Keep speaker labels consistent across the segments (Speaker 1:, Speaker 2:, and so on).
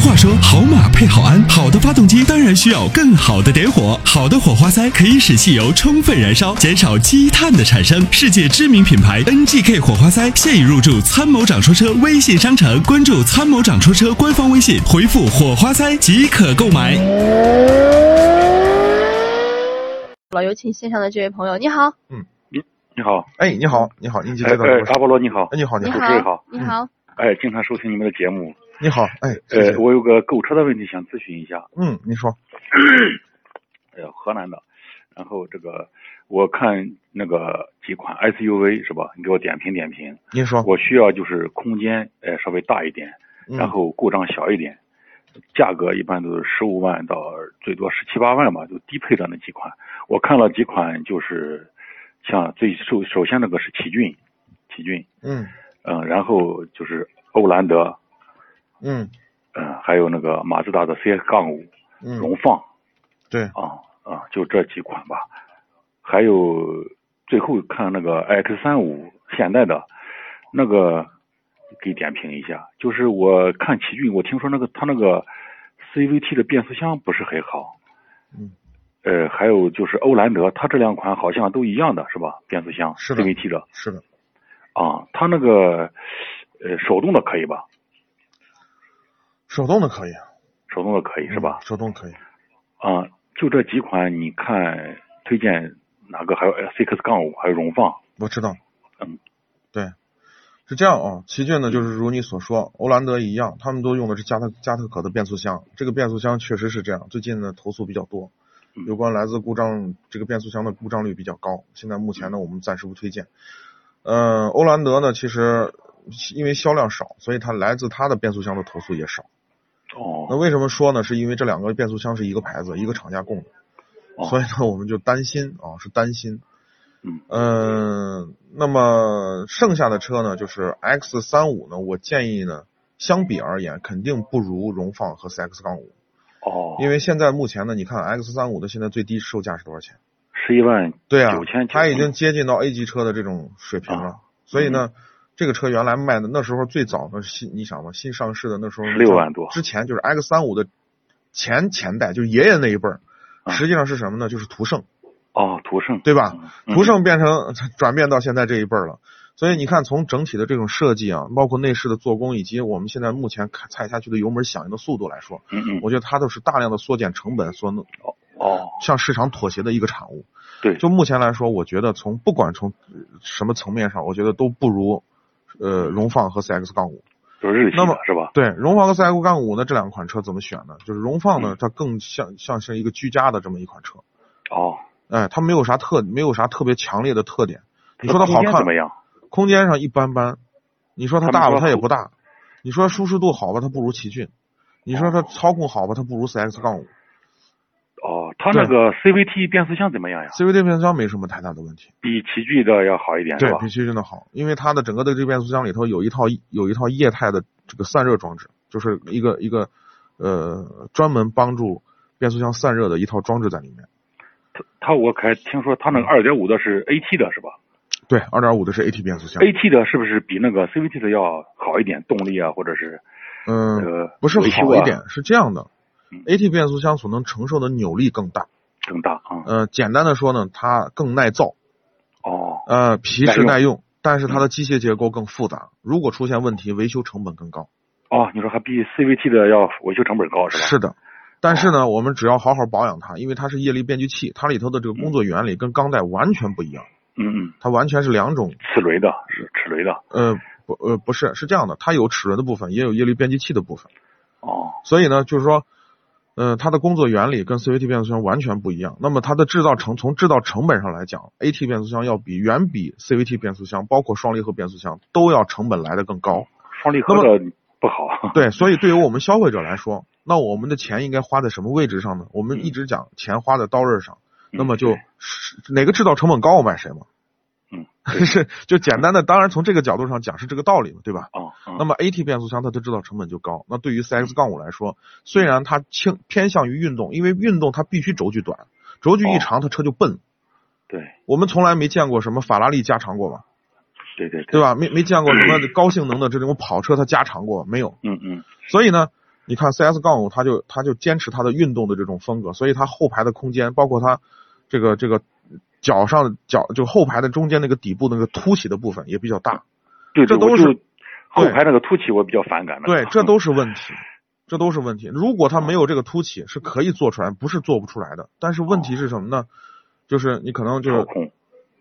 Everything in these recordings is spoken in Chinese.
Speaker 1: 话说，好马配好鞍，好的发动机当然需要更好的点火。好的火花塞可以使汽油充分燃烧，减少积碳的产生。世界知名品牌 NGK 火花塞现已入驻参谋长说车微信商城，关注参谋长说车官方微信，回复“火花塞”即可购买。
Speaker 2: 了，有请线上的这位朋友，你好，
Speaker 3: 你好，
Speaker 4: 哎，你好，你好，一起
Speaker 3: 哎
Speaker 4: 在等
Speaker 3: 哎，
Speaker 4: 我。
Speaker 3: 阿波罗你好
Speaker 4: 哎，，你好，你
Speaker 2: 你
Speaker 4: 好，
Speaker 2: 好
Speaker 3: 好，
Speaker 2: 你好，
Speaker 3: 哎，经常收听你们的节目，
Speaker 4: 你好，哎，谢
Speaker 3: 呃
Speaker 4: 谢，。
Speaker 3: 我有个购车的问题想咨询一下，
Speaker 4: 嗯，你说，
Speaker 3: 呃，河南的，然后这个我看那个几款 SUV 是吧？你给我点评点评，
Speaker 4: 您说，
Speaker 3: 我需要就是空间呃稍微大一点，
Speaker 4: 哦嗯
Speaker 3: 然后故障小一点，价格一般都是十五万到最多十七八万吧，就低配的那几款。我看了几款，就是像最首首先那个是奇骏，奇骏，
Speaker 4: 嗯
Speaker 3: 嗯，然后就是欧蓝德，
Speaker 4: 嗯
Speaker 3: 嗯，还有那个马自达的 CS 杠五、
Speaker 4: 嗯，
Speaker 3: 荣放
Speaker 4: 对，
Speaker 3: 啊啊，就这几款吧。还有最后看那个 X 三五现代的那个，给点评一下。就是我看奇骏，我听说那个它那个 CVT 的变速箱不是很好。
Speaker 4: 嗯。
Speaker 3: 呃，还有就是欧蓝德，它这两款好像都一样的是吧？变速箱
Speaker 4: 是的
Speaker 3: CVT 的
Speaker 4: 是的，
Speaker 3: 啊，它那个呃手动的可以吧？
Speaker 4: 手动的可以，
Speaker 3: 手动的可以是吧
Speaker 4: 嗯？手动可以。
Speaker 3: 啊，就这几款，你看推荐哪个？还有 CX 杠五，还有荣放。
Speaker 4: 我知道。
Speaker 3: 嗯，
Speaker 4: 对，是这样啊、奇骏呢，就是如你所说，欧蓝德一样，他们都用的是加特加特可的变速箱。这个变速箱确实是这样，最近呢投诉比较多，
Speaker 3: 嗯
Speaker 4: 有关来自故障这个变速箱的故障率比较高。现在目前呢，我们暂时不推荐。嗯、欧蓝德呢，其实因为销量少，所以它来自它的变速箱的投诉也少。那
Speaker 3: 哦，
Speaker 4: 为什么说呢？是因为这两个变速箱是一个牌子，一个厂家供的。
Speaker 3: 哦
Speaker 4: 所以呢，我们就担心啊，是担心。
Speaker 3: 嗯
Speaker 4: 呃那么剩下的车呢，就是 X 三五呢，我建议呢，相比而言，肯定不如荣放和 CX 杠五，
Speaker 3: 哦，
Speaker 4: 因为现在目前呢，你看 X 三五的现在最低售价是多少钱？
Speaker 3: 十一万
Speaker 4: 对啊
Speaker 3: 九啊千，
Speaker 4: 它已经接近到 A 级车的这种水平了。所以呢，
Speaker 3: 嗯
Speaker 4: 这个车原来卖的那时候最早的新，你想吧，新上市的那时候
Speaker 3: 16万多
Speaker 4: 之前就是 X 三五的前前代，就是爷爷那一辈儿，
Speaker 3: 啊
Speaker 4: 实际上是什么呢？就是途胜，
Speaker 3: 哦，途胜
Speaker 4: 对吧？
Speaker 3: 嗯
Speaker 4: 途胜变成 转变到现在这一辈儿了。所以你看，从整体的这种设计啊，包括内饰的做工，以及我们现在目前开踩下去的油门响应的速度来说，
Speaker 3: 嗯嗯
Speaker 4: 我觉得它都是大量的缩减成本所能
Speaker 3: 哦
Speaker 4: 向市场妥协的一个产物。
Speaker 3: 对
Speaker 4: 就目前来说，我觉得从不管从呃什么层面上，我觉得都不如呃荣放和 CX 杠五。
Speaker 3: 就是日系
Speaker 4: 那么
Speaker 3: 的是吧？
Speaker 4: 对，荣放和 CX 杠五呢这两款车怎么选呢？就是荣放呢
Speaker 3: 嗯，
Speaker 4: 它更像像是一个居家的这么一款车，
Speaker 3: 哦，
Speaker 4: 哎，它没有啥特没有啥特别强烈的特点。你
Speaker 3: 那
Speaker 4: 说它
Speaker 3: 空
Speaker 4: 好
Speaker 3: 间
Speaker 4: 看
Speaker 3: 怎么样？
Speaker 4: 空间上一般般，你说它
Speaker 3: 他们
Speaker 4: 大吧，
Speaker 3: 说
Speaker 4: 它也
Speaker 3: 好
Speaker 4: 不大；你说舒适度好吧，它不如奇骏；你说它操控好吧，它不如 CX 杠五。
Speaker 3: 哦，它那
Speaker 4: 对
Speaker 3: 个 CVT 变速箱怎么样呀？
Speaker 4: CVT 变速箱没什么太大的问题。
Speaker 3: 比奇骏的要好一点是
Speaker 4: 对，
Speaker 3: 吧
Speaker 4: 必？须真的好，因为它的整个的这个变速箱里头有一套有一套液态的这个散热装置，就是一个一个呃专门帮助变速箱散热的一套装置在里面。
Speaker 3: 它我还听说它
Speaker 4: 嗯
Speaker 3: 那个二点五的是 AT 的是吧
Speaker 4: 对，二点五的是 AT 变速箱，
Speaker 3: ？AT 的是不是比那个 CVT 的要好一点？动力啊，或者是
Speaker 4: 嗯，
Speaker 3: 呃，
Speaker 4: 不是
Speaker 3: 维修
Speaker 4: 好一
Speaker 3: 啊
Speaker 4: 点，是这样的
Speaker 3: 嗯
Speaker 4: ，AT 变速箱所能承受的扭力更大。
Speaker 3: 更大啊？
Speaker 4: 呃，简单的说呢，它更耐造，
Speaker 3: 哦，
Speaker 4: 呃，皮
Speaker 3: 耐
Speaker 4: 实
Speaker 3: 用
Speaker 4: 耐用，但是它的机械结构更复杂，如果出现问题，维修成本更高。
Speaker 3: 哦，你说还比 CVT 的要维修成本高是吧？
Speaker 4: 是的，但是呢，我们只要好好保养它，因为它是液力变矩器，它里头的这个工作原理跟钢带完全不一样，
Speaker 3: 嗯嗯，
Speaker 4: 它完全是两种。
Speaker 3: 齿轮的是齿轮的
Speaker 4: 呃，不，呃，不是，是这样的，它有齿轮的部分，也有液力变矩器的部分，
Speaker 3: 哦
Speaker 4: 所以呢，就是说。呃，它的工作原理跟 CVT 变速箱完全不一样。那么它的制造成从制造成本上来讲，AT 变速箱要比远比 CVT 变速箱，包括双离合变速箱都要成本来的更高。
Speaker 3: 双离合的不好。
Speaker 4: 对，所以对于我们消费者来说，那我们的钱应该花在什么位置上呢？我们一直讲钱花在刀刃上，那么就是哪个制造成本高，我买谁嘛。
Speaker 3: 嗯，
Speaker 4: 是就简单的，当然从这个角度上讲是这个道理嘛，对吧？
Speaker 3: 哦，嗯
Speaker 4: 那么 AT 变速箱它的制造成本就高，那对于 CX 杠五来说，虽然它倾偏向于运动，因为运动它必须轴距短，轴距一
Speaker 3: 哦
Speaker 4: 长它车就笨。
Speaker 3: 对
Speaker 4: 我们从来没见过什么法拉利加长过吧，
Speaker 3: 对对
Speaker 4: 对？吧？没没见过什么高性能的这种跑车它加长过没有？
Speaker 3: 嗯嗯，
Speaker 4: 所以呢，你看 CS 杠五，它就它就坚持它的运动的这种风格，所以它后排的空间，包括它这个这个脚上脚就后排的中间那个底部那个凸起的部分也比较大。
Speaker 3: 对
Speaker 4: 这
Speaker 3: 对，
Speaker 4: 都
Speaker 3: 我
Speaker 4: 是
Speaker 3: 就后排那个凸起我比较反感的。嗯
Speaker 4: 对，这都是问题，这都是问题。如果它没有这个凸起，是可以做出来，不是做不出来的。但是问题是什么呢？就是你可能就
Speaker 3: 操
Speaker 4: 是
Speaker 3: 控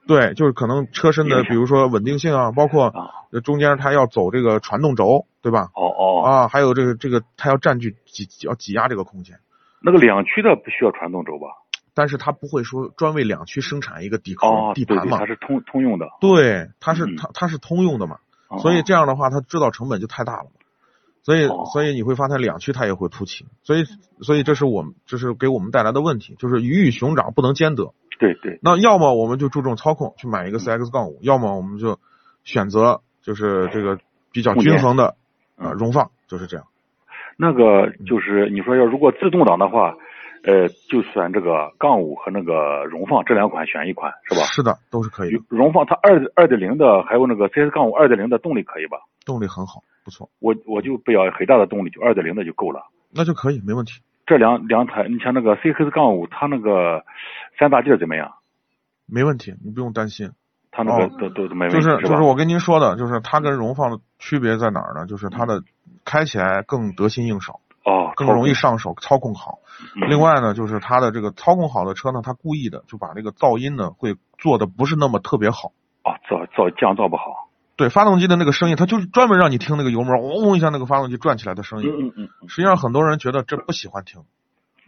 Speaker 4: 对，就是可能车身的，
Speaker 3: 影响
Speaker 4: 比如说稳定性啊，包括
Speaker 3: 啊，
Speaker 4: 中间它要走这个传动轴，对吧？
Speaker 3: 哦哦，
Speaker 4: 啊，还有这个这个它要占据挤挤要挤压这个空间，
Speaker 3: 那个两驱的不需要传动轴吧？
Speaker 4: 但是它不会说专为两驱生产一个底壳、
Speaker 3: 哦，
Speaker 4: 地
Speaker 3: 对
Speaker 4: 盘
Speaker 3: 对，
Speaker 4: 嘛
Speaker 3: 它，是通通用的，
Speaker 4: 对，它是
Speaker 3: 嗯
Speaker 4: 它它是通用的嘛，
Speaker 3: 哦
Speaker 4: 所以这样的话它制造成本就太大了嘛，所以
Speaker 3: 哦
Speaker 4: 所以你会发现两驱它也会凸起，所以所以这是我们这是给我们带来的问题，就是鱼与熊掌不能兼得，
Speaker 3: 对对，
Speaker 4: 那要么我们就注重操控，去买一个 CX 杠五，要么我们就选择就是这个比较
Speaker 3: 空间
Speaker 4: 均衡的
Speaker 3: 嗯
Speaker 4: 呃容放，就是这样。
Speaker 3: 那个就是你说要如果自动挡的话，呃，就选这个杠五和那个荣放这两款选一款是吧？
Speaker 4: 是的，都是可以的，
Speaker 3: 荣放它二二点零的，还有那个 CS 杠五二点零的动力可以吧？
Speaker 4: 动力很好，不错，
Speaker 3: 我我就不要很大的动力，就二点零的就够了。
Speaker 4: 那就可以，没问题。
Speaker 3: 这两两台，你像那个 CX 杠五，它那个三大件怎么样？
Speaker 4: 没问题，你不用担心。
Speaker 3: 它那个
Speaker 4: 哦
Speaker 3: 都、都都没问
Speaker 4: 就
Speaker 3: 题，
Speaker 4: 是就是
Speaker 3: 吧？
Speaker 4: 我跟您说的，就是它跟荣放的区别在哪儿呢？就是它的开起来更得心应手，
Speaker 3: 哦，嗯
Speaker 4: 更
Speaker 3: 操
Speaker 4: 容易
Speaker 3: 控
Speaker 4: 上手，操控好。另，外呢，就是它的这个操控好的车呢，它故意的就把这个噪音呢会做的不是那么特别好。
Speaker 3: 嗯、哦，噪噪降噪不好。
Speaker 4: 对，发动机的那个声音，它就是专门让你听那个油门嗡一下那个发动机转起来的声
Speaker 3: 嗯
Speaker 4: 音。
Speaker 3: 嗯嗯，嗯
Speaker 4: 实际上很多人觉得这不喜欢听，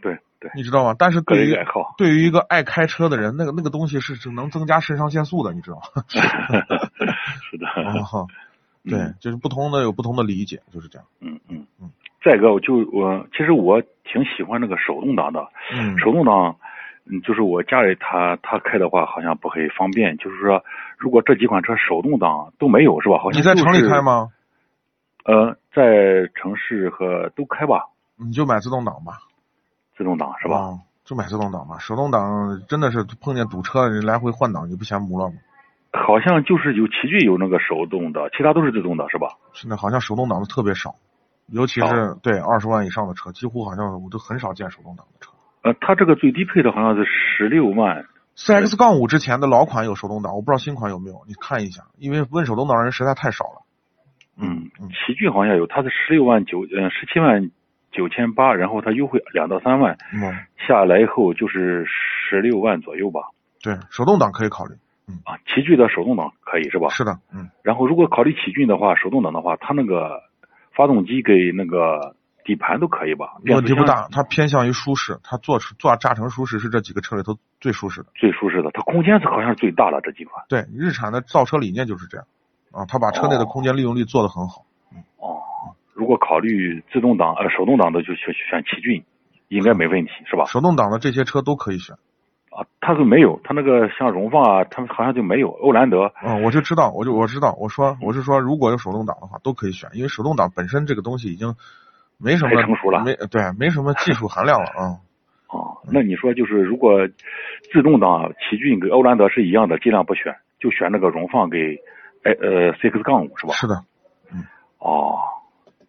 Speaker 3: 对对，
Speaker 4: 你知道吗？但是
Speaker 3: 个
Speaker 4: 对于
Speaker 3: 人爱好。
Speaker 4: 对于一个爱开车的人，那个那个东西是只能增加肾上腺素的，你知道吗？
Speaker 3: 是的，
Speaker 4: 哦，对
Speaker 3: 嗯，
Speaker 4: 就是不同的有不同的理解，就是这样。
Speaker 3: 嗯嗯
Speaker 4: 嗯。
Speaker 3: 再一个，我就我其实我挺喜欢那个手动挡的，
Speaker 4: 嗯，
Speaker 3: 手动挡，嗯，就是我家里他他开的话好像不很方便，就是说如果这几款车手动挡都没有是吧？好像、
Speaker 4: 你在城里开？吗？
Speaker 3: 呃，在城市和都开吧，
Speaker 4: 你就买自动挡吧，
Speaker 3: 自动挡是吧？
Speaker 4: 啊就买自动挡吧，手动挡真的是碰见堵车，人来回换挡，你不嫌磨了吗？
Speaker 3: 好像就是有奇骏有那个手动的，其他都是自动的是吧？
Speaker 4: 现在好像手动挡的特别少，尤其
Speaker 3: 哦
Speaker 4: 是对二十万以上的车，几乎好像我都很少见手动挡的车。
Speaker 3: 呃，它这个最低配的好像是十六万，
Speaker 4: CX 杠五之前的老款有手动挡，我不知道新款有没有，你看一下，因为问手动挡的人实在太少了。嗯
Speaker 3: 奇骏好像有，它是十六万九，嗯，十七万九千八，然后它优惠两到三万，
Speaker 4: 嗯，
Speaker 3: 下来以后就是十六万左右吧。
Speaker 4: 对，手动挡可以考虑。
Speaker 3: 啊，奇骏的手动挡可以是吧？
Speaker 4: 是的，嗯，
Speaker 3: 然后如果考虑奇骏的话，手动挡的话，它那个发动机跟那个底盘都可以吧？
Speaker 4: 问题不
Speaker 3: 变速箱
Speaker 4: 大，它偏向于舒适，它做出做榨成舒适是这几个车里头最舒适的。
Speaker 3: 最舒适的，它空间是好像是最大的这几款。
Speaker 4: 对，日产的造车理念就是这样啊，它把车内的空间利用率做得很好。
Speaker 3: 哦，如果考虑自动挡呃手动挡的，就选选奇骏，应该没问题是吧？
Speaker 4: 手动挡的这些车都可以选。
Speaker 3: 啊，它是没有，它那个像荣放啊，它好像就没有欧蓝德。
Speaker 4: 嗯，我就知道，我就我知道，我说我是说，如果有手动挡的话，都可以选，因为手动挡本身这个东西已经没什么
Speaker 3: 太成熟了
Speaker 4: 没对，没什么技术含量了啊。
Speaker 3: 哦，那你说就是如果自动挡啊奇骏跟欧蓝德是一样的，尽量不选，就选那个荣放给哎呃 CX 杠五是吧？
Speaker 4: 是的，
Speaker 3: 哦，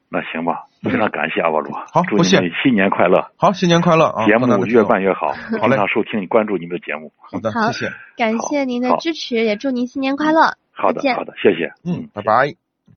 Speaker 3: 那行吧，非常感谢阿波罗，
Speaker 4: 嗯好
Speaker 3: 祝
Speaker 4: 不
Speaker 3: 你
Speaker 4: 谢
Speaker 3: 们新年快乐，
Speaker 4: 好，新年快乐啊！
Speaker 3: 节
Speaker 4: 各大
Speaker 3: 目
Speaker 4: 的
Speaker 3: 越
Speaker 4: 听众
Speaker 3: 办越好，
Speaker 4: 好嘞
Speaker 3: 经常收听关注你们的节目，
Speaker 4: 好的，
Speaker 2: 好
Speaker 4: 谢谢，嗯
Speaker 2: 感谢您的
Speaker 3: 好
Speaker 2: 支持，也祝您新年快乐。
Speaker 3: 好的
Speaker 2: 再见
Speaker 3: 好的，谢谢，
Speaker 4: 嗯，拜拜。